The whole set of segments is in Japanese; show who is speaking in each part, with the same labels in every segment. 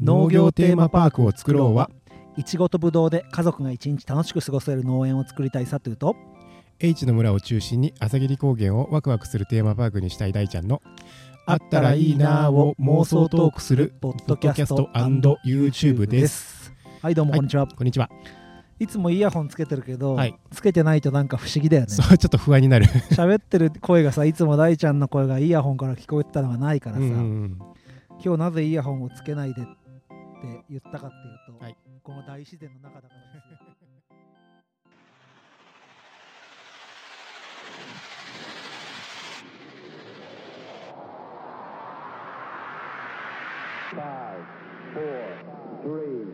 Speaker 1: 農業テーマパークを作ろうはい
Speaker 2: ちごとぶどうで家族が一日楽しく過ごせる農園を作りたいサトゥーと
Speaker 1: H の村を中心に朝霧高原をワクワクするテーマパークにしたい大ちゃんのあったらいいなぁを妄想トークする
Speaker 2: ポッ
Speaker 1: ポ
Speaker 2: ド
Speaker 1: ッド
Speaker 2: キ
Speaker 1: キ
Speaker 2: ャ
Speaker 1: ャス
Speaker 2: スト
Speaker 1: ト &YouTube
Speaker 2: &YouTube で
Speaker 1: です
Speaker 2: すはいどうも
Speaker 1: はい
Speaker 2: こんにちは、、
Speaker 1: こんにちはい
Speaker 2: つもイヤホンつけてるけど、
Speaker 1: はい
Speaker 2: つけてないとなんか不思議だよね
Speaker 1: そうちょっと不安 になる
Speaker 2: 喋ってる声がさいつも大ちゃんの声がイヤホンから聞こえてたのがないから
Speaker 1: う
Speaker 2: さ、
Speaker 1: んうん
Speaker 2: 今日なぜイヤホンをつけないでって言ったかっていうと、
Speaker 1: はい
Speaker 2: この大自然の中だからですよ
Speaker 3: Five, four, three,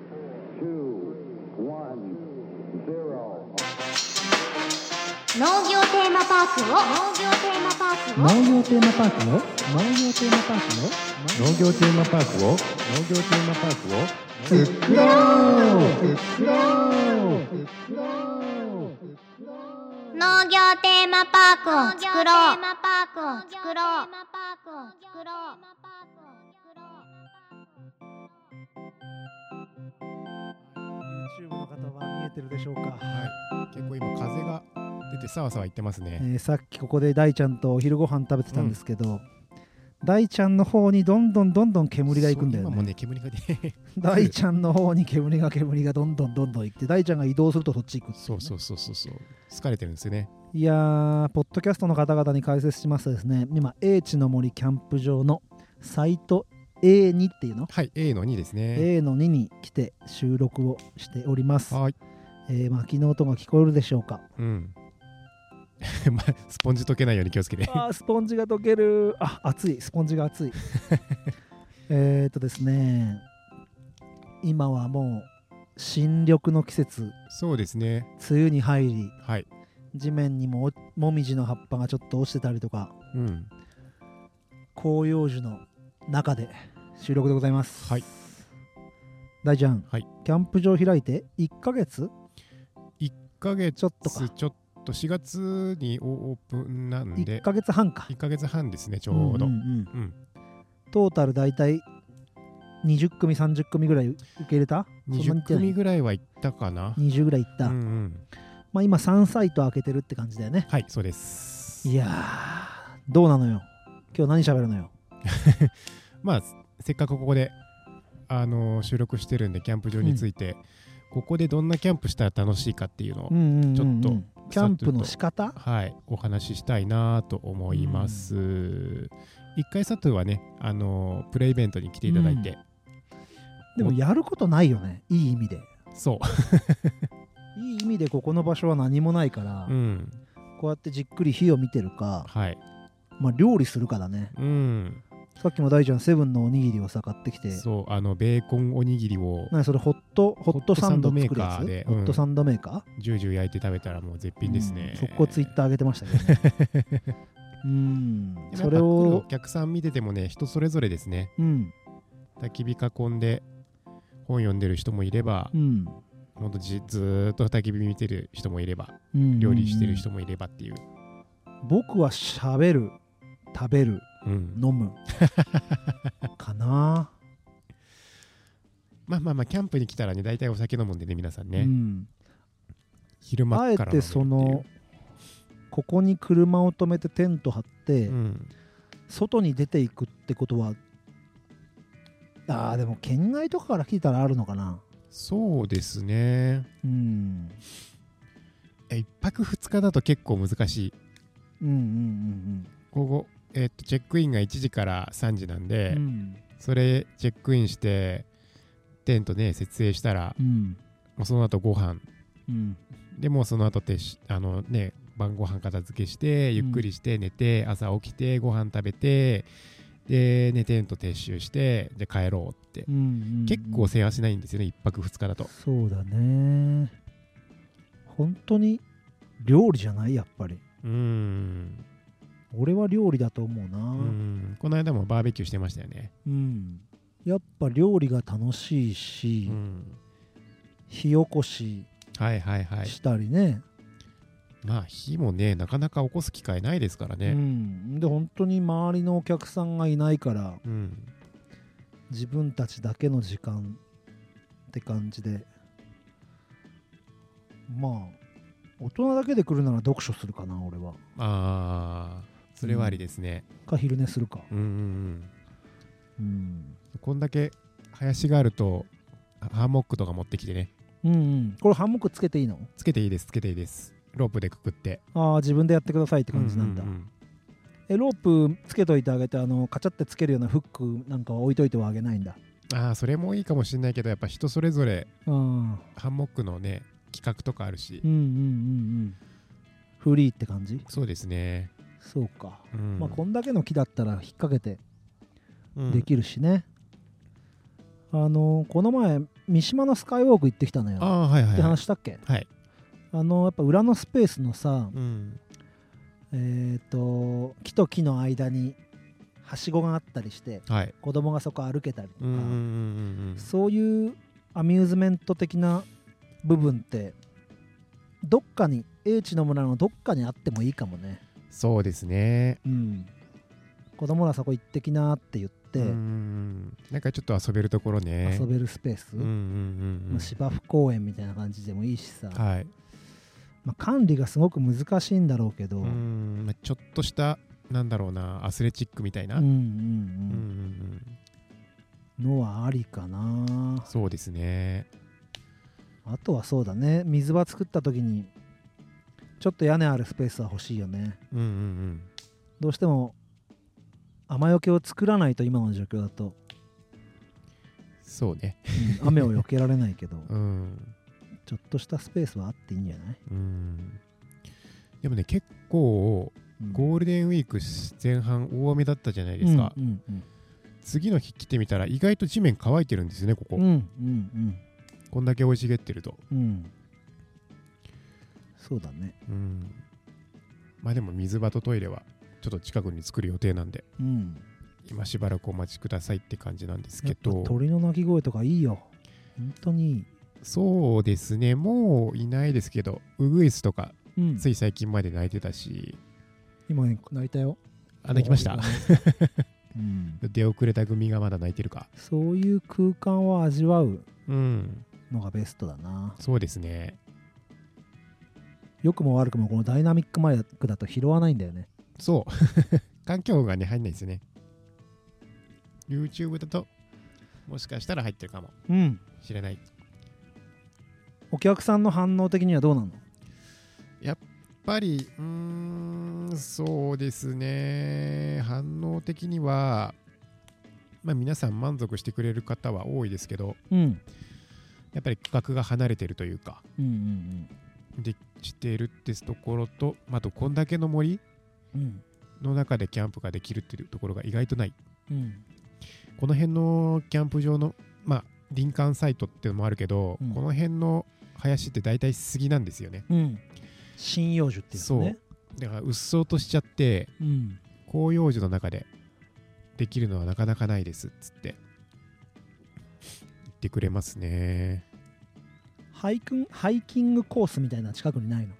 Speaker 3: two, one, zero.
Speaker 4: 農業テーマパークを農業テーマパークを
Speaker 5: 農業テーマパークの農業テーマパークの
Speaker 1: 農業テーマパークを農業テーマパークを
Speaker 4: 農業テーマパークを作ろう農業テーマパークを作ろう
Speaker 2: 中部の方は見えてるでしょうか、
Speaker 1: はい結構今風が出てさわさわ言ってます
Speaker 2: え
Speaker 1: ね
Speaker 2: ーさっきここで大ちゃんとお昼ご飯食べてたんですけど、大ちゃんの方にどんどんどんどん煙がいくんだよ
Speaker 1: そう今も
Speaker 2: ね
Speaker 1: ね煙が出 て
Speaker 2: 大ちゃんの方に煙が煙がどんどんどんどん行って大ちゃんが移動するとそっち行くっていね
Speaker 1: そうそうそうそうそう疲れてるんですよね
Speaker 2: いやーポッドキャストの方々に解説しますとですね今英知の森キャンプ場のサイト A2 っていうの、
Speaker 1: はい A の2ですね
Speaker 2: A の2に来て収録をしております、
Speaker 1: はい
Speaker 2: えー、薪の音が聞こえるでしょうか
Speaker 1: うん まあスポンジ溶けないように気をつけて
Speaker 2: あースポンジが溶けるあ熱いスポンジが熱い えーっとですね今はもう新緑の季節
Speaker 1: そうですね
Speaker 2: 梅雨に入り
Speaker 1: はい
Speaker 2: 地面にもおもみじの葉っぱがちょっと落ちてたりとか
Speaker 1: うん
Speaker 2: 広葉樹の中で収録でございます
Speaker 1: はい
Speaker 2: 大ちゃん、
Speaker 1: はい
Speaker 2: キャンプ場開いて1ヶ月
Speaker 1: 1ヶ月
Speaker 2: ちょっとか
Speaker 1: ちょっと4月にオープンなん
Speaker 2: 1
Speaker 1: で
Speaker 2: ヶ月半か
Speaker 1: 1ヶ月半ですねちょうど
Speaker 2: んんん
Speaker 1: うん
Speaker 2: トータル大体20組30組ぐらい受け入れたそんなに行
Speaker 1: 20
Speaker 2: ってない
Speaker 1: 組ぐらいは行ったかな
Speaker 2: 20ぐらいいった、
Speaker 1: うんうん
Speaker 2: まあ今3サイト開けてるって感じだよね
Speaker 1: はいそうです
Speaker 2: いやーどうなのよ今日何喋るのよ
Speaker 1: まあせせっかくここであのー収録してるんでキャンプ場についてここでどんなキャンプしたら楽しいかっていうのを
Speaker 2: うんうんうんうん
Speaker 1: ちょっと
Speaker 2: キャンプの仕方
Speaker 1: はい、お話ししたいなと思います。一回佐藤はね、あのープレイベントに来ていただいて、
Speaker 2: でもやることないよねいい意味で
Speaker 1: そ
Speaker 2: いい意味でここの場所は何もないから、
Speaker 1: う、うん、
Speaker 2: こうやってじっくり火を見てるか、
Speaker 1: はい、
Speaker 2: まあ、料理するかだね
Speaker 1: うん、
Speaker 2: さっきも大ちゃんセブンのおにぎりをさ買ってきて
Speaker 1: そう、あのベーコンおにぎりを
Speaker 2: 何それホットホットサンド
Speaker 1: ホットサンドメー
Speaker 2: 作る
Speaker 1: カ
Speaker 2: や
Speaker 1: ー
Speaker 2: つ
Speaker 1: で
Speaker 2: ホットサンドメーカ
Speaker 1: ジュージュー焼いて食べたらもう絶
Speaker 2: ー
Speaker 1: 品ですね。
Speaker 2: うん速攻ツイッター上げてましたけどね うん
Speaker 1: でもや
Speaker 2: そ
Speaker 1: っぱ来
Speaker 2: れ
Speaker 1: るお
Speaker 2: を
Speaker 1: 客さん見ててもね、人それぞれですね。
Speaker 2: うん
Speaker 1: 焚き火囲んで本読んでる人もいれば
Speaker 2: う、ん
Speaker 1: ほんとじずーっと焚き火見てる人もいれば、
Speaker 2: うん
Speaker 1: 料理してる人もいればっていう。
Speaker 2: 僕はしゃべる食べる
Speaker 1: うん、
Speaker 2: 飲 むかな
Speaker 1: まあまあまあ、キャンプに来たらね、大体お酒飲むんでね、皆さんね。
Speaker 2: うん
Speaker 1: 昼間
Speaker 2: あえ
Speaker 1: から飲める
Speaker 2: て
Speaker 1: っていう
Speaker 2: そのここに車を止めてテント張って、
Speaker 1: うん、
Speaker 2: 外に出ていくってことはああでも県外とかから聞いたらあるのかな
Speaker 1: そうですね
Speaker 2: うん
Speaker 1: え1泊2日だと結構難しい
Speaker 2: うんうん
Speaker 1: ここ、えっとチェックインが1時から3時なん
Speaker 2: うんう
Speaker 1: で、
Speaker 2: んうん
Speaker 1: それチェックインしてテントね設営したら
Speaker 2: うん
Speaker 1: もうその後ご飯
Speaker 2: うん
Speaker 1: でもうその後てしあのね晩ご飯片付けしてゆっくりして寝て、朝起きてご飯食べてで、ね、テント撤収してじゃあ帰ろうって、
Speaker 2: うんうん
Speaker 1: 結構制圧しないんですよね1泊2日だと
Speaker 2: そうだね本当に料理じゃないやっぱり
Speaker 1: うん
Speaker 2: 俺は料理だと思うな
Speaker 1: うんこの間もバーベキューしてましたよね
Speaker 2: うんやっぱ料理が楽しいし、
Speaker 1: うん
Speaker 2: 火起こし
Speaker 1: はいはいはい
Speaker 2: したりね、
Speaker 1: まあ火もねなかなか起こす機会ないですから
Speaker 2: う
Speaker 1: ね
Speaker 2: ん、で本当に周りのお客さんがいないから
Speaker 1: うん、
Speaker 2: い自分たちだけの時間って感じでまあ大人だけで来るなら読書するかな俺は
Speaker 1: ああそれはありですね
Speaker 2: か昼寝するか
Speaker 1: うんうんうん
Speaker 2: うん、
Speaker 1: こんだけ林があるとハハンモックとか持ってきてね
Speaker 2: うんうんこれハンモックつけていいの
Speaker 1: つけていいですつけていいですロープでくくって
Speaker 2: ああ自分でやってくださいって感じなんだ、
Speaker 1: うううん
Speaker 2: えロープつけといてあげてあのカチャってつけるようなフックなんかは置いといてはあげないんだ
Speaker 1: ああそれもいいかもしれないけどやっぱ人それぞれ
Speaker 2: ああうん
Speaker 1: ハンモックのね企画とかあるし、
Speaker 2: うんうんうんフリーって感じ
Speaker 1: そうですね、
Speaker 2: そうか、
Speaker 1: うん
Speaker 2: まあこんだけの木だったら引っ掛けて
Speaker 1: うん
Speaker 2: できるしね、あのこの前三島のスカイウォーク行ってきたのよ
Speaker 1: ああはいは
Speaker 2: っ
Speaker 1: い
Speaker 2: て
Speaker 1: はい
Speaker 2: 話したっけ、
Speaker 1: はい
Speaker 2: あのやっぱ裏のスペースのさ、
Speaker 1: うん
Speaker 2: えっ、と木と木の間にはしごがあったりして
Speaker 1: はい
Speaker 2: 子供がそこ歩けたりとか、
Speaker 1: うんうんうんうん
Speaker 2: そういうアミューズメント的な部分ってどっかに英知の村のどっかにあってもいいかもね、
Speaker 1: そうですね
Speaker 2: うん、子供らそこ行ってきなって言って
Speaker 1: うんうんうんなんかちょっと遊べるところね
Speaker 2: 遊べるスペース、
Speaker 1: うんうんうんう
Speaker 2: ま
Speaker 1: ん
Speaker 2: あ芝生公園みたいな感じでもいいしさ、
Speaker 1: はい
Speaker 2: まあ、管理がすごく難しいんだろうけど、
Speaker 1: う
Speaker 2: うん
Speaker 1: んまあちょっとしたなんだろうなアスレチックみたいな
Speaker 2: うん
Speaker 1: うんう
Speaker 2: うん
Speaker 1: ん
Speaker 2: のはありかな
Speaker 1: そうですね
Speaker 2: あとはそうだね水場作った時にちょっと屋根あるスペースは欲しいよね
Speaker 1: うんうんうん
Speaker 2: どうしても雨よけを作らないと今の状況だと、
Speaker 1: そうね
Speaker 2: うん雨を避けられないけど
Speaker 1: うん
Speaker 2: ちょっとしたスペースはあっていいんじゃない、
Speaker 1: うんでもね結構
Speaker 2: うん
Speaker 1: ゴールデンウィーク前半大雨だったじゃないですか、
Speaker 2: うんうん
Speaker 1: 次の日来てみたら意外と地面乾いてるんですよねここ、
Speaker 2: うんうんうん
Speaker 1: こんだけ生い茂ってると
Speaker 2: うんうんそうだね
Speaker 1: うんまあでも水場とトイレはちょっと近くに作る予定なんで
Speaker 2: うん
Speaker 1: 今しばらくお待ちくださいって感じなんです
Speaker 2: や
Speaker 1: け
Speaker 2: っぱ
Speaker 1: ど
Speaker 2: 鳥の鳴き声とかいいよ本当にいい、
Speaker 1: そうですねもういないですけどウグイスとか
Speaker 2: うん
Speaker 1: つい最近まで泣いてたし、
Speaker 2: 今ね泣いたよ
Speaker 1: あ泣きました
Speaker 2: うん
Speaker 1: 出遅れた組がまだ泣いてるか
Speaker 2: そういう空間を味わう
Speaker 1: うん
Speaker 2: のがベストだな
Speaker 1: そうですね
Speaker 2: 良くも悪くもこのダイナミックマイクだと拾わないんだよね
Speaker 1: そう 環境音がね入んないんですよね YouTube だともしかしたら入ってるかも
Speaker 2: うん
Speaker 1: しれない
Speaker 2: お客さんの反応的にはどうなの
Speaker 1: やっぱりうーんそうですね反応的には、まあ、皆さん満足してくれる方は多いですけど
Speaker 2: うん
Speaker 1: やっぱり企画が離れてるというか
Speaker 2: うんうん
Speaker 1: でしているってところとあとこんだけの森
Speaker 2: うんうん
Speaker 1: の中でキャンプができるっていうところが意外とない
Speaker 2: うん
Speaker 1: この辺のキャンプ場のまあ林間サイトっていうのもあるけど、
Speaker 2: うん
Speaker 1: この辺の林って大体杉なんですよね
Speaker 2: うん針葉樹っていうのね
Speaker 1: だからうっそうとしちゃって
Speaker 2: うん
Speaker 1: 広葉樹の中でできるのはなかなかないですっつって言ってくれますね
Speaker 2: ハイクンハイキングコースみたいな近くにないの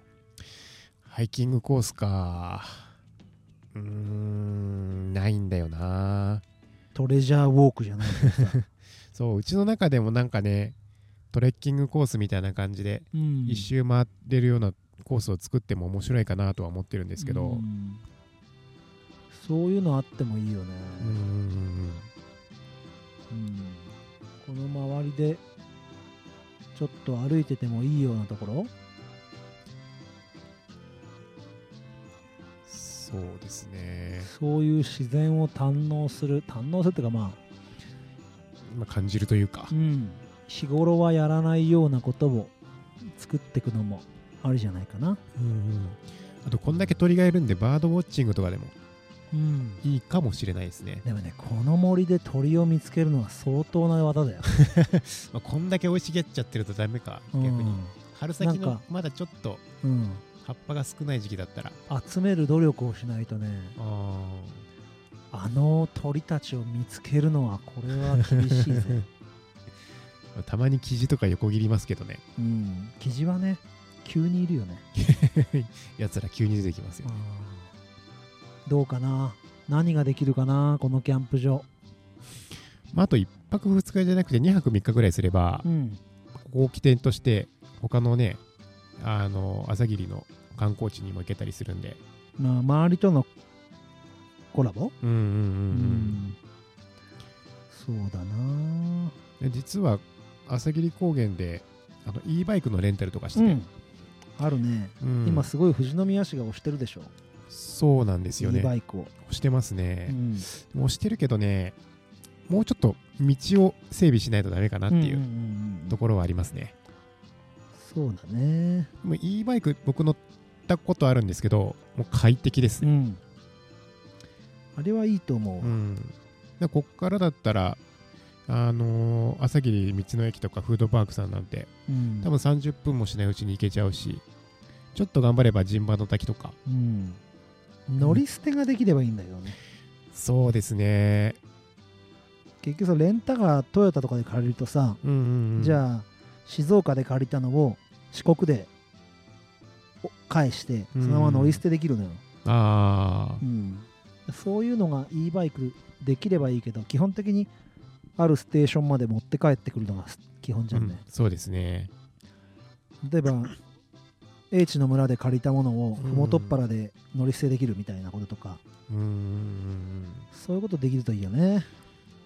Speaker 1: ハイキングコースかうーんないんだよな
Speaker 2: トレジャーウォークじゃないけどさ
Speaker 1: そううちの中でもなんかねトレッキングコースみたいな感じで
Speaker 2: うん
Speaker 1: 一周回れるようなコースを作っても面白いかなとは思ってるんですけど
Speaker 2: う
Speaker 1: うん
Speaker 2: そういうのあってもいいよね、
Speaker 1: ーん
Speaker 2: うんこの周りでちょっと歩いててもいいようなところ
Speaker 1: そうですね、
Speaker 2: そういう自然を堪能する堪能するっていうかまあ、
Speaker 1: まあ、感じるというか
Speaker 2: 日頃はやらないようなことを作っていくのもありじゃないかな
Speaker 1: うんうんあとこんだけ鳥がいるんでバードウォッチングとかでも
Speaker 2: うん
Speaker 1: いいかもしれないですね、
Speaker 2: でもねこの森で鳥を見つけるのは相当な技だよ
Speaker 1: まあ、こんだけ生い茂っちゃってるとダメか
Speaker 2: うん
Speaker 1: 逆に春先
Speaker 2: なん
Speaker 1: の
Speaker 2: か
Speaker 1: まだちょっと
Speaker 2: うん
Speaker 1: 葉っぱが少ない時期だったら
Speaker 2: 集める努力をしないとね
Speaker 1: あ
Speaker 2: あの鳥たちを見つけるのはこれは厳しいぜ
Speaker 1: ーたまに生地とか横切りますけどね
Speaker 2: うんキジはね急にいるよね
Speaker 1: やつら急に出てきますよね
Speaker 2: どうかな何ができるかなこのキャンプ場
Speaker 1: まあ、あと一泊2日じゃなくて2泊3日ぐらいすれば、
Speaker 2: うん
Speaker 1: ここを起点として他のねあの朝霧の観光地にも行けたりするんで
Speaker 2: まあ、周りとのコラボ、
Speaker 1: うんうん
Speaker 2: そうだな
Speaker 1: うんうん実は朝霧高原であの e バイクのレンタルとかして
Speaker 2: う
Speaker 1: て、
Speaker 2: んあるね、
Speaker 1: うん
Speaker 2: 今すごい富士宮市が推してるでしょ
Speaker 1: そうなんですよ
Speaker 2: e バ
Speaker 1: ね
Speaker 2: イクを、
Speaker 1: 押してますね
Speaker 2: う、ん
Speaker 1: もうしてるけどねもうちょっと道を整備しないとダメかなってい
Speaker 2: ん
Speaker 1: ううん
Speaker 2: んうん
Speaker 1: ところはありますね、
Speaker 2: そうだね、
Speaker 1: でも e バイク僕乗ったことあるんですけどもう快適ですね
Speaker 2: うん、あれはいいと思
Speaker 1: う
Speaker 2: う、
Speaker 1: ん、でこっからだったら、あのー朝霧道の駅とかフードパークさんなんて
Speaker 2: うん
Speaker 1: 多分30分もしないうちに行けちゃうしちょっと頑張れば陣馬の滝とか
Speaker 2: うん乗り捨てができればいいんだけどね、
Speaker 1: そうですね
Speaker 2: 結局そのレンタカートヨタとかで借りるとさ、
Speaker 1: うんうん、うん、
Speaker 2: じゃあ静岡で借りたのを四国でお返して
Speaker 1: う
Speaker 2: そ
Speaker 1: ん
Speaker 2: のまま乗り捨てできるのよ、
Speaker 1: あー
Speaker 2: そういうのが e バイクできればいいけど基本的にあるステーションまで持って帰ってくるのが基本じゃ
Speaker 1: うんん
Speaker 2: ね、
Speaker 1: そうですね
Speaker 2: 例えば英知の村で借りたものを
Speaker 1: うん
Speaker 2: 麓っ腹で乗り捨てできるみたいなこととか
Speaker 1: うんうんうん
Speaker 2: そういうことできるといいよね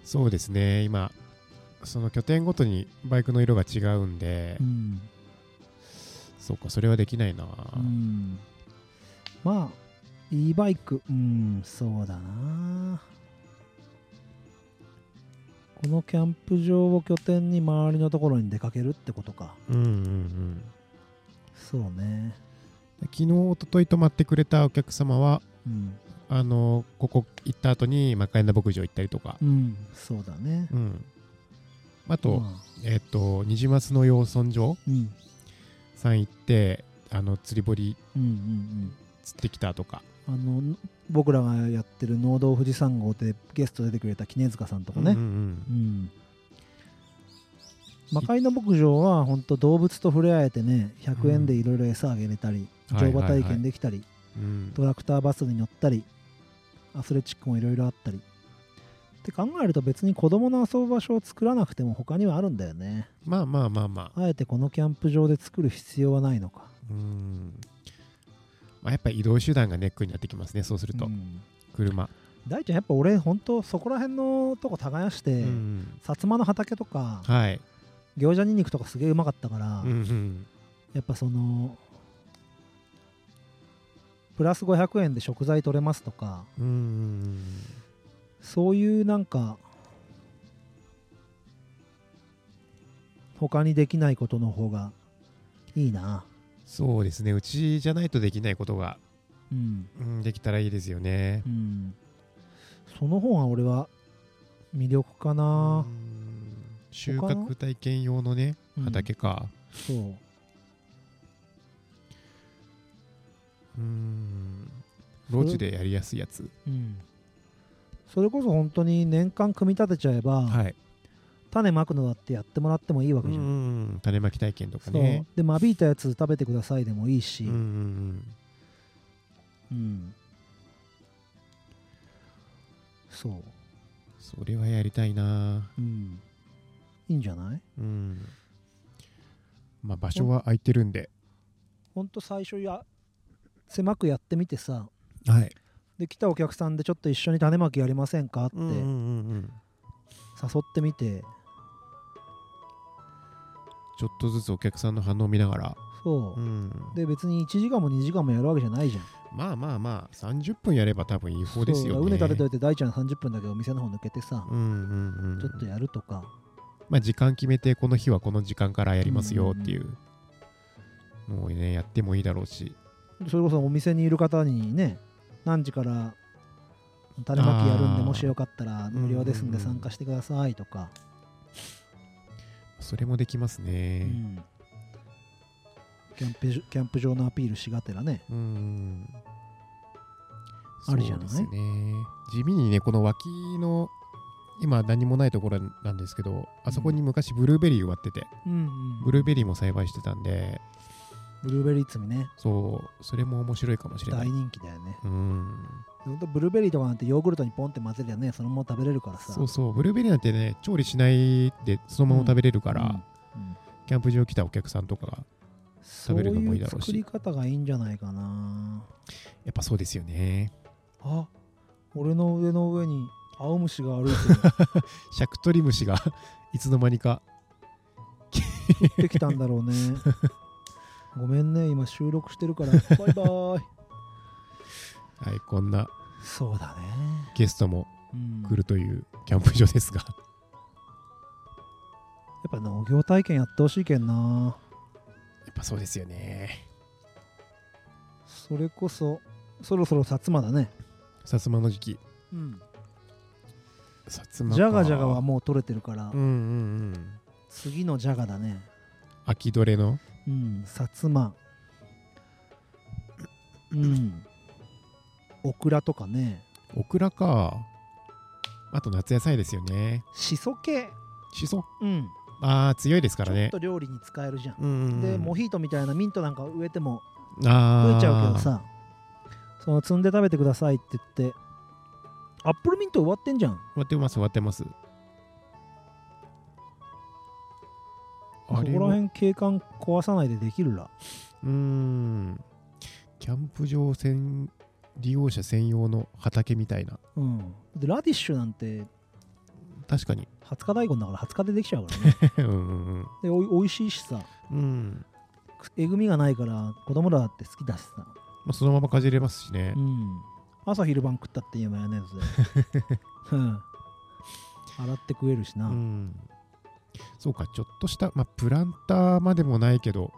Speaker 1: そうですね今その拠点ごとにバイクの色が違うんで、
Speaker 2: うん、
Speaker 1: そうかそれはできないな、
Speaker 2: うん、まあ e バイクうんそうだなこのキャンプ場を拠点に周りのところに出かけるってことか
Speaker 1: うんうんうん
Speaker 2: そうね
Speaker 1: 昨日一昨日泊まってくれたお客様は
Speaker 2: うん、
Speaker 1: あのここ行った後にマカエナ牧場行ったりとか、
Speaker 2: うん、そうだね
Speaker 1: うんあと,、
Speaker 2: まあ
Speaker 1: えっとニジマスの養豚場
Speaker 2: うん
Speaker 1: さん行ってあの釣り堀
Speaker 2: うんうん
Speaker 1: 釣ってきたとか、
Speaker 2: うんあの僕らがやってる農道富士山号でゲスト出てくれた杵塚さんとかね、
Speaker 1: うんうん
Speaker 2: うん魔界の牧場は本当動物と触れ合えてね100円でいろいろ餌あげれたり、
Speaker 1: うん
Speaker 2: 乗馬体験できたり、
Speaker 1: うんうん
Speaker 2: トラクターバスに乗ったりアスレチックもいろいろあったりって考えると別に子供の遊ぶ場所を作らなくても他にはあるんだよね
Speaker 1: まあまあまあまあ、
Speaker 2: あえてこのキャンプ場で作る必要はないのか
Speaker 1: うんまあ、やっぱ移動手段がネックになってきますねそうすると、
Speaker 2: うん
Speaker 1: 車、
Speaker 2: 大ちゃんやっぱ俺本当そこら辺のとこ耕して、
Speaker 1: うんうん
Speaker 2: 薩摩の畑とか
Speaker 1: はい、
Speaker 2: 餃子ニンニクとかすげえうまかったから、
Speaker 1: うんうん
Speaker 2: やっぱそのプラス500円で食材取れますとか
Speaker 1: うんうん
Speaker 2: そういうなんか他にできないことの方がいいな
Speaker 1: そうですねうちじゃないとできないことが、
Speaker 2: うん、
Speaker 1: うん、できたらいいですよね
Speaker 2: う、ん、その方が俺は魅力か
Speaker 1: う
Speaker 2: なん
Speaker 1: 収
Speaker 2: 他の
Speaker 1: 穫体験用のね
Speaker 2: うん
Speaker 1: 畑か
Speaker 2: そう
Speaker 1: うん路地でやりやすいやつ
Speaker 2: うんそれこそ本当に年間組み立てちゃえば、
Speaker 1: はい
Speaker 2: 種まくのだってやってもらってもいいわ
Speaker 1: う
Speaker 2: けじゃん、
Speaker 1: ん種まき体験とか
Speaker 2: そう
Speaker 1: ね
Speaker 2: で間引いたやつ食べてくださいでもいいし、
Speaker 1: うんうんうん
Speaker 2: うんそう、
Speaker 1: それはやりたいな
Speaker 2: うん、いいんじゃない
Speaker 1: うんまあ場所は空いてるんで
Speaker 2: ほんと最初や狭くやってみてさ
Speaker 1: はい
Speaker 2: で来たお客さんでちょっと一緒に種まきやりませんかって
Speaker 1: うんうんう
Speaker 2: 誘
Speaker 1: んうん
Speaker 2: ってみて、
Speaker 1: ちょっとずつお客さんの反応を見ながら
Speaker 2: そうう、
Speaker 1: ん
Speaker 2: で別に1時間も2時間もやるわけじゃないじゃん
Speaker 1: まあまあまあ30分やれば多分違法ですよ
Speaker 2: そうう
Speaker 1: ね
Speaker 2: ね立てといて大ちゃん30分だけお店の方抜けてさ、
Speaker 1: うんうんうん
Speaker 2: ちょっとやるとか
Speaker 1: まあ、時間決めてこの日はこの時間からやりますよっていうのをねやってもいいだろうし
Speaker 2: それこそお店にいる方にね何時から種まきやるん
Speaker 1: あ
Speaker 2: で
Speaker 1: ー
Speaker 2: もしよかったら無料ですん
Speaker 1: うんうん
Speaker 2: で
Speaker 1: うん
Speaker 2: 参加してくださいとか、
Speaker 1: それもできます
Speaker 2: う
Speaker 1: ね
Speaker 2: んキャンプキャンプ場のアピールしがてらね
Speaker 1: うん
Speaker 2: あるじゃない
Speaker 1: そうですね地味にねこの脇の今何もないところなんですけどあそこに昔ブルーベリー植わっててブ
Speaker 2: ブル
Speaker 1: ルーベリーも栽培してたんで
Speaker 2: ブルーベリー摘みね
Speaker 1: そうそれも面白いかもしれな
Speaker 2: 大
Speaker 1: い
Speaker 2: 人気だよね
Speaker 1: うん
Speaker 2: ブルーベリーとかなんてヨーグルトにポンって混ぜりゃねそのまま食べれるからさ
Speaker 1: そうそうブルーベリーなんてね調理しないでそのまま食べれるから、
Speaker 2: うんうん
Speaker 1: キャンプ場来たお客さんとかが
Speaker 2: そう
Speaker 1: べるのもい
Speaker 2: い
Speaker 1: いうだろうし
Speaker 2: 作り方がいいんじゃないかな
Speaker 1: やっぱそうですよね
Speaker 2: あ俺の上の上に青虫が歩いて
Speaker 1: シャクトリムシが いつの間にか
Speaker 2: るできたんだろう ねごめんね今収録してるからバイバイ
Speaker 1: はいこんな
Speaker 2: そうだね、
Speaker 1: ゲストも
Speaker 2: うん
Speaker 1: 来るというキャンプ場ですが
Speaker 2: やっぱ農業体験やってほしいけんな
Speaker 1: やっぱそうですよね
Speaker 2: それこそそろそろ薩摩だね
Speaker 1: さつまの時期
Speaker 2: うん
Speaker 1: さつまか
Speaker 2: ジャガジャガはもう取れてるから、
Speaker 1: うんうんうん
Speaker 2: 次のジャガだね
Speaker 1: 秋どれの
Speaker 2: うん薩摩うんオクラとかね
Speaker 1: オクラかあと夏野菜ですよね
Speaker 2: しそ系
Speaker 1: しそ
Speaker 2: うん
Speaker 1: あー強いですから
Speaker 2: ちょっ
Speaker 1: ね
Speaker 2: と料理に使えるじゃん、
Speaker 1: うんうんうん
Speaker 2: でモヒートみたいなミントなんか植えても
Speaker 1: あ
Speaker 2: 増
Speaker 1: ー
Speaker 2: えちゃうけどさその摘んで食べてくださいって言ってアップルミント終わってんじゃん
Speaker 1: 割ってます割ってます
Speaker 2: そこら
Speaker 1: は
Speaker 2: 辺景観壊さないでできるら
Speaker 1: うーんキャンプ場専利用者専用の畑みたいな
Speaker 2: うんでラディッシュなんて
Speaker 1: 確かに
Speaker 2: 20日大根だから20日でできちゃ うから ね
Speaker 1: うんうん
Speaker 2: でおいおいしいしさ
Speaker 1: うん、うん
Speaker 2: くえぐみがないから子供らだって好きだしさ、
Speaker 1: まあ、そのままかじれますし ね
Speaker 2: う、ん、朝昼晩食ったっていうマヨネーズ で、うん、洗って食えるしな、
Speaker 1: うんそうかちょっとした、まあ、プランターまでもないけど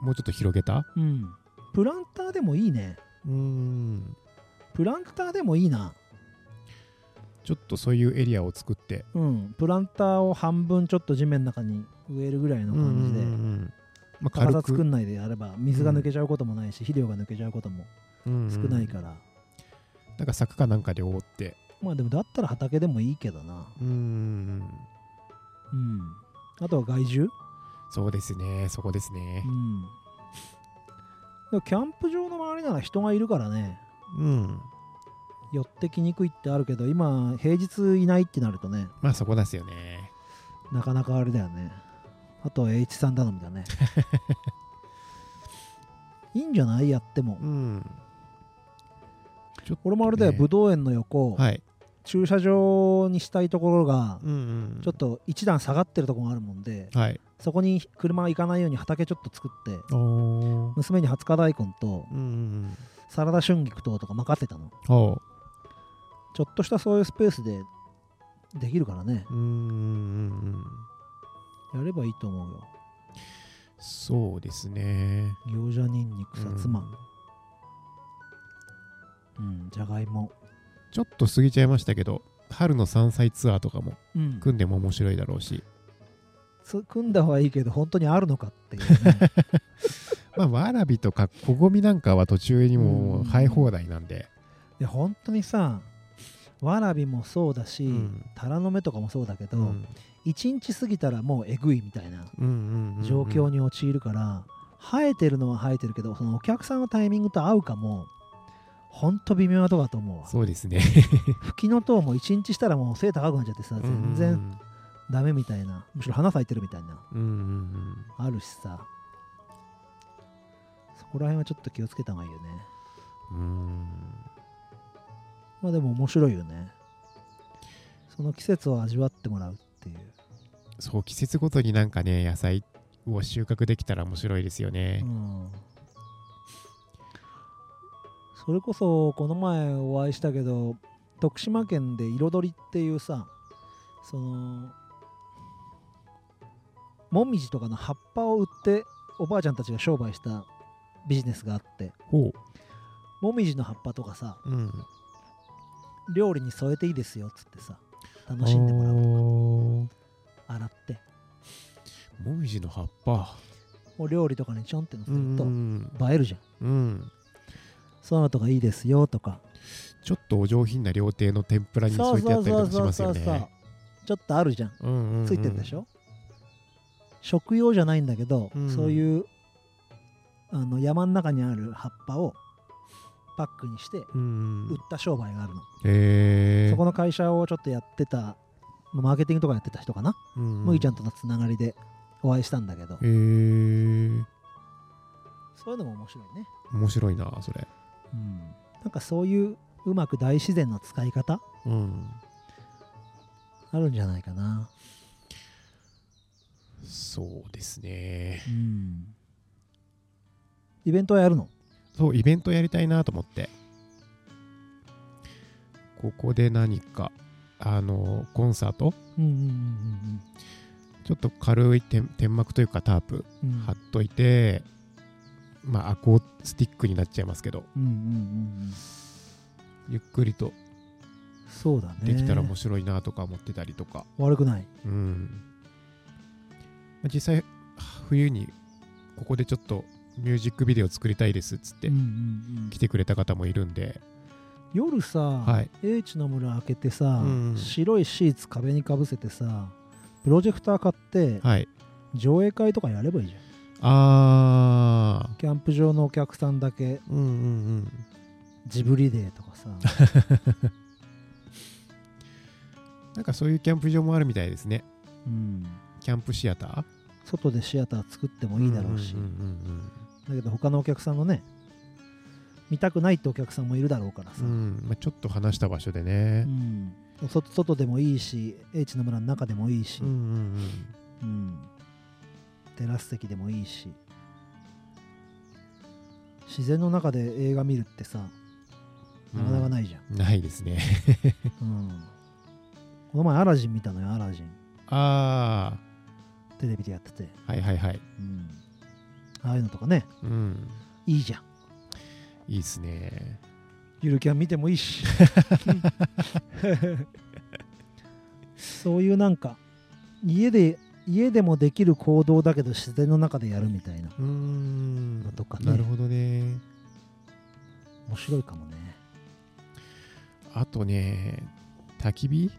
Speaker 1: もうちょっと広げた
Speaker 2: うん、プランターでもいいね
Speaker 1: うーん
Speaker 2: プランターでもいいな
Speaker 1: ちょっとそういうエリアを作って
Speaker 2: うん、プランターを半分ちょっと地面の中に植えるぐらいの感じで、
Speaker 1: うんうんうんまあ、
Speaker 2: 高
Speaker 1: 軽
Speaker 2: さ
Speaker 1: く、
Speaker 2: 作んないでやれば水が抜けちゃうこともないし、肥料が抜けちゃうことも
Speaker 1: うんうん
Speaker 2: 少ないから、
Speaker 1: なんか柵かなんかで覆って
Speaker 2: まあでもだったら畑でもいいけどな
Speaker 1: うんうんうん
Speaker 2: うんあとは害獣
Speaker 1: そうですねそこですね
Speaker 2: うんでもキャンプ場の周りなら人がいるからね
Speaker 1: うん
Speaker 2: 寄ってきにくいってあるけど今平日いないってなるとね
Speaker 1: まあそこですよね
Speaker 2: なかなかあれだよねあとは H さん頼みだ ねいいんじゃないやっても
Speaker 1: うん。ちょっと
Speaker 2: 俺もあれだよ、
Speaker 1: ね
Speaker 2: ぶどう園の横、
Speaker 1: はい。
Speaker 2: 駐車場にしたいところが、
Speaker 1: うんうん
Speaker 2: ちょっと一段下がってるところがあるもんで、
Speaker 1: はい。
Speaker 2: そこに車行かないように畑ちょっと作って、
Speaker 1: おお。
Speaker 2: 娘に20日大根と
Speaker 1: うんうん
Speaker 2: サラダ春菊ととか任せてたの。
Speaker 1: うん。おう。
Speaker 2: ちょっとしたそういうスペースでできるからね、
Speaker 1: うんうんうんうん。
Speaker 2: やればいいと思うよ。
Speaker 1: そうですね。
Speaker 2: 餃子ニンニク、さつま
Speaker 1: うん、
Speaker 2: うん、じゃがいも。
Speaker 1: ちょっと過ぎちゃいましたけど、春の山菜ツアーとかも
Speaker 2: うん、
Speaker 1: 組んでも面白いだろうし、
Speaker 2: つ組んだ方がいいけど、本当にあるのかってい うね。
Speaker 1: まあ、わらびとか小ごみなんかは途中にも生え放題なんで、
Speaker 2: で本当にさわらびもそうだし、
Speaker 1: うん
Speaker 2: タラの芽とかもそうだけど、
Speaker 1: うん
Speaker 2: 1日過ぎたらもうえぐいみたいな
Speaker 1: うんうんうん
Speaker 2: 状況に陥るから、生えてるのは生えてるけどそのお客さんのタイミングと合うかもほんと微妙なとこだと思うわ
Speaker 1: そうですね。
Speaker 2: 吹きの塔も1日したらもう背高くなっちゃってさ全然ダメみたいなむしろ花咲いてるみたいな
Speaker 1: うんうんうん。
Speaker 2: あるしさそこら辺はちょっと気をつけた方がいいよね
Speaker 1: うんうんうん。
Speaker 2: まあでも面白いよねその季節を味わってもらうっていう
Speaker 1: そう季節ごとになんかね野菜を収穫できたら面白いですよね
Speaker 2: う。んそれこそこの前お会いしたけど徳島県で彩りっていうさそのもみじとかの葉っぱを売っておばあちゃんたちが商売したビジネスがあって
Speaker 1: ほ
Speaker 2: もみじの葉っぱとかさ
Speaker 1: う。うん。
Speaker 2: 料理に添えていいですよっつってさ楽しんでもらう
Speaker 1: も
Speaker 2: 洗って
Speaker 1: みじの葉っぱ。
Speaker 2: お料理とかにちょんってのせ
Speaker 1: う
Speaker 2: る
Speaker 1: ん
Speaker 2: と映えるじゃん
Speaker 1: うん。
Speaker 2: そういうのとかいいですよとか
Speaker 1: ちょっとお上品な料亭の天ぷらに添えてあったりとかしますよね。
Speaker 2: ちょっとあるじゃん
Speaker 1: うんうんうん
Speaker 2: ついてるでしょ、食用じゃないんだけど、
Speaker 1: うん
Speaker 2: そういうあの山の中にある葉っぱをパックにして
Speaker 1: うん
Speaker 2: 売った商売があるの、
Speaker 1: へえ
Speaker 2: そこの会社をちょっとやってたまあマーケティングとかやってた人かな、
Speaker 1: む
Speaker 2: 麦ちゃんとのつながりでお会いしたんだけど、
Speaker 1: へえ
Speaker 2: そういうのも面白いね、
Speaker 1: 面白いなそれ
Speaker 2: うん、なんかそういううまく大自然の使い方
Speaker 1: うん
Speaker 2: あるんじゃないかな、
Speaker 1: そうですね
Speaker 2: うん、イベントはやるの
Speaker 1: そうイベントやりたいなと思ってここで何かあのコンサート
Speaker 2: うんうん
Speaker 1: ちょっと軽い天天幕というかタープ
Speaker 2: うんうんうん
Speaker 1: 貼っといて、まあアコースティックになっちゃいますけど
Speaker 2: うんうんうんうん
Speaker 1: ゆっくりと
Speaker 2: そうだね
Speaker 1: できたら面白いなとか思ってたりとか、
Speaker 2: 悪くない
Speaker 1: うんまあ実際冬にここでちょっとミュージックビデオ作りたいですっつって
Speaker 2: うんうんうん
Speaker 1: 来てくれた方もいるんで、
Speaker 2: 夜さ、
Speaker 1: はい
Speaker 2: H の村開けてさ、
Speaker 1: うん
Speaker 2: 白いシーツ壁にかぶせてさプロジェクター買って
Speaker 1: はい
Speaker 2: 上映会とかやればいいじゃん
Speaker 1: あ
Speaker 2: キャンプ場のお客さんだけ
Speaker 1: ーうんうん
Speaker 2: ジブリデー とかさ
Speaker 1: うんなんかそういうキャンプ場もあるみたいですね
Speaker 2: うん
Speaker 1: キャンプシアター
Speaker 2: 外でシアター作ってもいいだろうし、
Speaker 1: んんうん
Speaker 2: だけど他のお客さんのね見たくないってお客さんもいるだろうからさ、
Speaker 1: うんうんまあ、ちょっと話した場所でね、
Speaker 2: うん外外でもいいし H の村の中でもいいし、
Speaker 1: うんうんうん、
Speaker 2: うんテラス席でもいいし自然の中で映画見るってさなかなかないじゃん、
Speaker 1: ないですね
Speaker 2: うんこの前アラジン見たのよアラジン
Speaker 1: あ
Speaker 2: テレビでやってて、
Speaker 1: あはいはいはい
Speaker 2: うんああいうのとかね
Speaker 1: うん
Speaker 2: いいじゃん
Speaker 1: いいっすね
Speaker 2: ゆるキャン見てもいいしそういうなんか家で家でもできる行動だけど自然の中でやるみたいな
Speaker 1: うーん
Speaker 2: のとかね
Speaker 1: なるほどね
Speaker 2: 面白いかもね
Speaker 1: あとね焚き火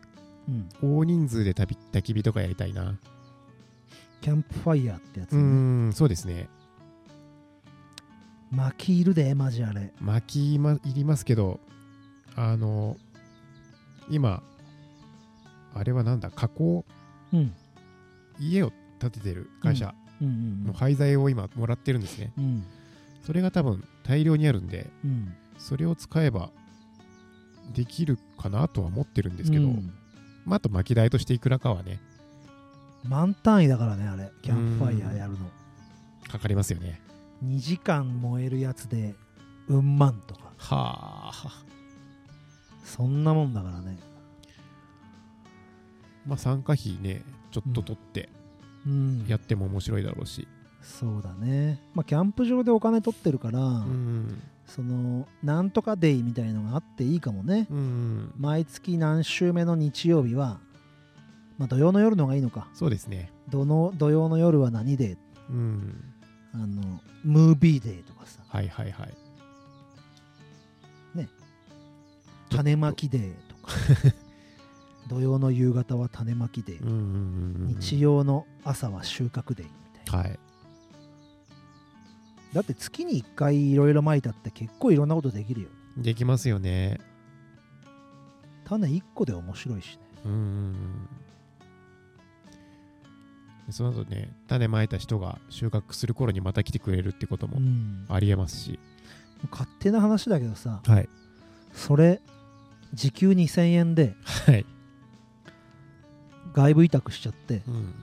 Speaker 2: うん
Speaker 1: 大人数で焚き焚き火とかやりたいな
Speaker 2: キャンプファイヤーってやつ、
Speaker 1: う
Speaker 2: ね
Speaker 1: ーんそうですね
Speaker 2: 薪いるでマジあれ
Speaker 1: 薪まいりますけどあの今あれはなんだ加工
Speaker 2: うん
Speaker 1: 家を建ててる会社
Speaker 2: うん
Speaker 1: の廃材を今もらってるんですね、
Speaker 2: うんうん
Speaker 1: それが多分大量にあるんで
Speaker 2: うん
Speaker 1: それを使えばできるかなとは思ってるんですけど、
Speaker 2: うん
Speaker 1: まあ、あと薪代としていくらかはね
Speaker 2: 満単位だからねあれキャンプファイヤーやるの
Speaker 1: かかりますよね
Speaker 2: 2時間燃えるやつでうんまんとか
Speaker 1: はあ
Speaker 2: そんなもんだからね
Speaker 1: まあ参加費ねちょっと取って
Speaker 2: うん
Speaker 1: やっても面白いだろうし
Speaker 2: そうだねまあキャンプ場でお金取ってるから、
Speaker 1: うん
Speaker 2: そのなんとかデイみたいのがあっていいかもね
Speaker 1: うん、うん、
Speaker 2: 毎月何週目の日曜日はまあ土曜の夜のがいいのか
Speaker 1: そうですね
Speaker 2: どの土曜の夜は何デー
Speaker 1: うん
Speaker 2: あのムービーデーとかさ
Speaker 1: はいはいはい
Speaker 2: 種まきデー とか土曜の夕方は種まきデー、
Speaker 1: うんうんうんうん
Speaker 2: 日曜の朝は収穫デーみたいな
Speaker 1: はい
Speaker 2: だって月に1回いろいろまいたって結構いろんなことできるよ
Speaker 1: できますよね
Speaker 2: 種1個で面白いしね
Speaker 1: うんうんうんでその後ね種まいた人が収穫する頃にまた来てくれるってことも
Speaker 2: ん
Speaker 1: ありえますし、
Speaker 2: 勝手な話だけどさ
Speaker 1: はい
Speaker 2: それ時給2000円で
Speaker 1: はい、
Speaker 2: 外部委託しちゃって
Speaker 1: うん、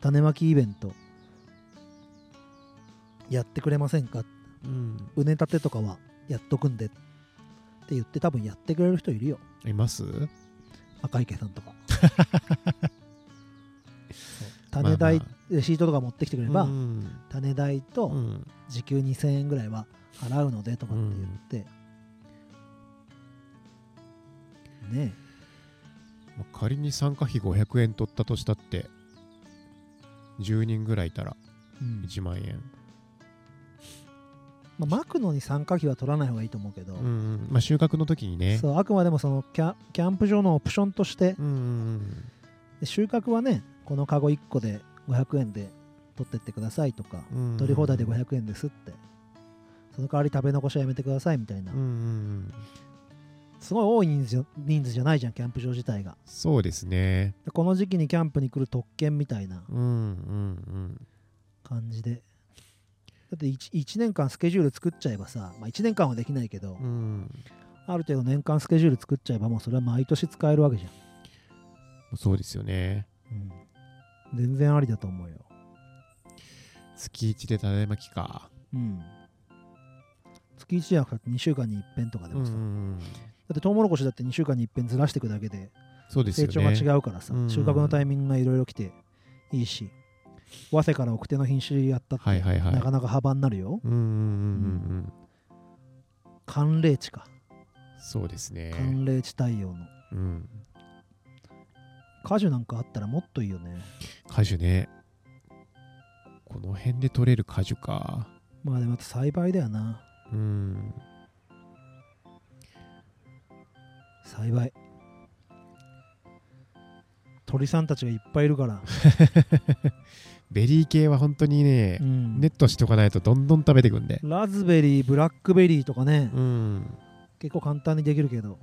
Speaker 2: 種まきイベントやってくれませんか
Speaker 1: うん、
Speaker 2: うねたてとかはやっとくんでって言って多分やってくれる人いるよ
Speaker 1: います
Speaker 2: 赤池さんと かそう
Speaker 1: あ
Speaker 2: 種代、レシートとか持ってきてくれば、
Speaker 1: うん
Speaker 2: 種代
Speaker 1: う
Speaker 2: と
Speaker 1: ん
Speaker 2: 時給2000円ぐらいは払うのでとかって言って、ね
Speaker 1: まあ仮に参加費500円取ったとしたって10人ぐらいいたら
Speaker 2: え、うん
Speaker 1: 1万円、
Speaker 2: まあ、巻くのに参加費は取らない方がいいと思うけど、
Speaker 1: うんうんまあ、収穫の時にね
Speaker 2: そうあくまでもそのキャキャンプ場のオプションとして、
Speaker 1: うんうん
Speaker 2: で収穫はねこのカゴ1個で500円で取ってってくださいとか、
Speaker 1: うんうん
Speaker 2: 取り放題で500円ですってその代わり食べ残しはやめてくださいみたいな、
Speaker 1: うんうんうん
Speaker 2: すごい多い人数じゃ人数じゃないじゃんキャンプ場自体が
Speaker 1: そうですね
Speaker 2: でこの時期にキャンプに来る特権みたいな
Speaker 1: うんうん
Speaker 2: 感じでだって 1, 年間スケジュール作っちゃえばさ、まあ、1年間はできないけど、
Speaker 1: うんうん
Speaker 2: ある程度年間スケジュール作っちゃえばもうそれは毎年使えるわけじゃん
Speaker 1: そうですよね
Speaker 2: うん、全然ありだと思うよ。
Speaker 1: 月一でただいまきか
Speaker 2: うん、月1じゃなくて2週間に一遍とかで
Speaker 1: うん
Speaker 2: も
Speaker 1: う
Speaker 2: さ、だ
Speaker 1: んうん
Speaker 2: ってトウモロコシだって2週間に一遍ずらしていくだけで
Speaker 1: そうです
Speaker 2: 成
Speaker 1: よ
Speaker 2: 長が
Speaker 1: ね
Speaker 2: 違うからさ、
Speaker 1: うんうん
Speaker 2: 収穫のタイミングがいろいろ来ていいし早稲から奥手の品種やったって、
Speaker 1: はいはいはい
Speaker 2: なかなか幅になるよ
Speaker 1: うんうんうんうん
Speaker 2: 寒冷地か
Speaker 1: うんそうですね
Speaker 2: 寒冷地対応の
Speaker 1: うん
Speaker 2: 果樹なんかあったらもっといいよね
Speaker 1: 果樹ねこの辺で取れる果樹か
Speaker 2: まあでもあと栽培だよな
Speaker 1: うん
Speaker 2: 栽培鳥さんたちがいっぱいいるから、
Speaker 1: ベリー系は本当にね
Speaker 2: う、ん
Speaker 1: ネットしとかないとどんどん食べてくんで
Speaker 2: ラズベリー、ブラックベリーとかね、
Speaker 1: うん
Speaker 2: 結構簡単にできるけど、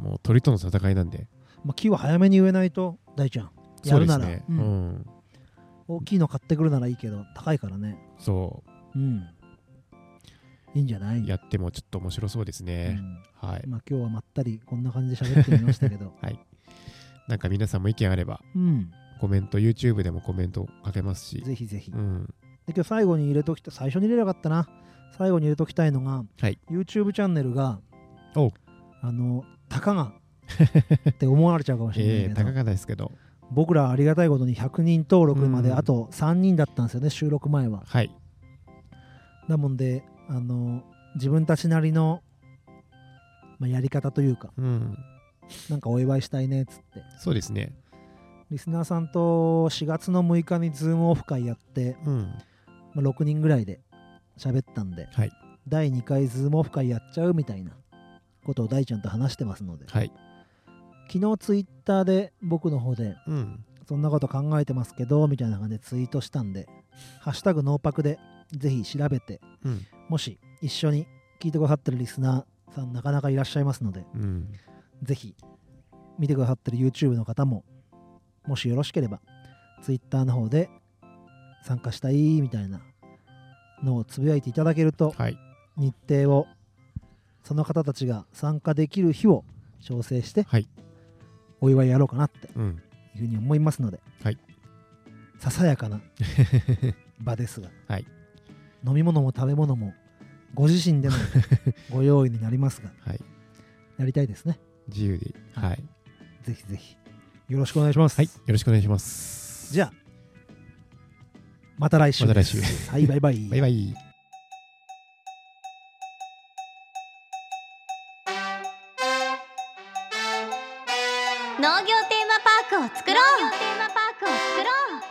Speaker 1: もう鳥との戦いなんで
Speaker 2: まあ、木は早めに植えないと大ちゃんや
Speaker 1: そう
Speaker 2: る
Speaker 1: です
Speaker 2: なら、
Speaker 1: ね
Speaker 2: う
Speaker 1: うんん
Speaker 2: 大きいの買ってくるならいいけど高いからね
Speaker 1: そ
Speaker 2: うんいいんじゃな
Speaker 1: う
Speaker 2: い
Speaker 1: やってもちょっと面白そうですね
Speaker 2: うん
Speaker 1: はい
Speaker 2: まあ、今日はまったりこんな感じで喋ってみました けど
Speaker 1: なんか皆さんも意見あれば
Speaker 2: うん
Speaker 1: コメント YouTube でもコメントかけますし
Speaker 2: ぜひぜひ、
Speaker 1: う
Speaker 2: で
Speaker 1: ん
Speaker 2: 今日最後に入れときた最初に入れればよかったな最後に入れときたいのが、
Speaker 1: はい
Speaker 2: YouTube チャンネルが
Speaker 1: おう
Speaker 2: あのた かがって思われちゃうかもしれないけ
Speaker 1: え
Speaker 2: ど、
Speaker 1: え高かったですけど
Speaker 2: 僕らありがたいことに100人登録まで
Speaker 1: うん
Speaker 2: あと3人だったんですよね、収録前は。
Speaker 1: はい
Speaker 2: なもんであの自分たちなりの、まあ、やり方というか
Speaker 1: うん
Speaker 2: なんかお祝いしたいねっつって
Speaker 1: そうですね
Speaker 2: リスナーさんと4月の6日にズームオフ会やって、
Speaker 1: うん
Speaker 2: まあ、6人ぐらいで喋ったんで、
Speaker 1: はい
Speaker 2: 第2回ズームオフ会やっちゃうみたいなことを大ちゃんと話してますので
Speaker 1: はい
Speaker 2: 昨日ツイッターで僕の方で
Speaker 1: うん
Speaker 2: そんなこと考えてますけどみたいな感じでツイートしたんで「ハッシュタグノーパク」でぜひ調べて
Speaker 1: うん
Speaker 2: もし一緒に聞いてくださってるリスナーさんなかなかいらっしゃいますので
Speaker 1: うん
Speaker 2: ぜひ見てくださってる YouTube の方ももしよろしければ Twitter の方で参加したいみたいなのをつぶやいていただけると
Speaker 1: はい
Speaker 2: 日程をその方たちが参加できる日を調整して
Speaker 1: はい
Speaker 2: お祝いやろうかなって
Speaker 1: うん
Speaker 2: いうふうに思いますので、
Speaker 1: はい
Speaker 2: ささや かな場ですが、
Speaker 1: はい
Speaker 2: 飲み物も食べ物もご自身でのご用意になりますが
Speaker 1: はい
Speaker 2: やりたいですね
Speaker 1: 自由ではい
Speaker 2: ぜひぜひよろしくお願いします、
Speaker 1: はいよろしくお願いします
Speaker 2: じゃあまた来週
Speaker 1: また
Speaker 2: で
Speaker 1: 来
Speaker 2: す
Speaker 1: 週
Speaker 2: はいバイバイ
Speaker 1: バイバイ
Speaker 4: 農業テーマパークを作ろう農業テーマパークを作ろう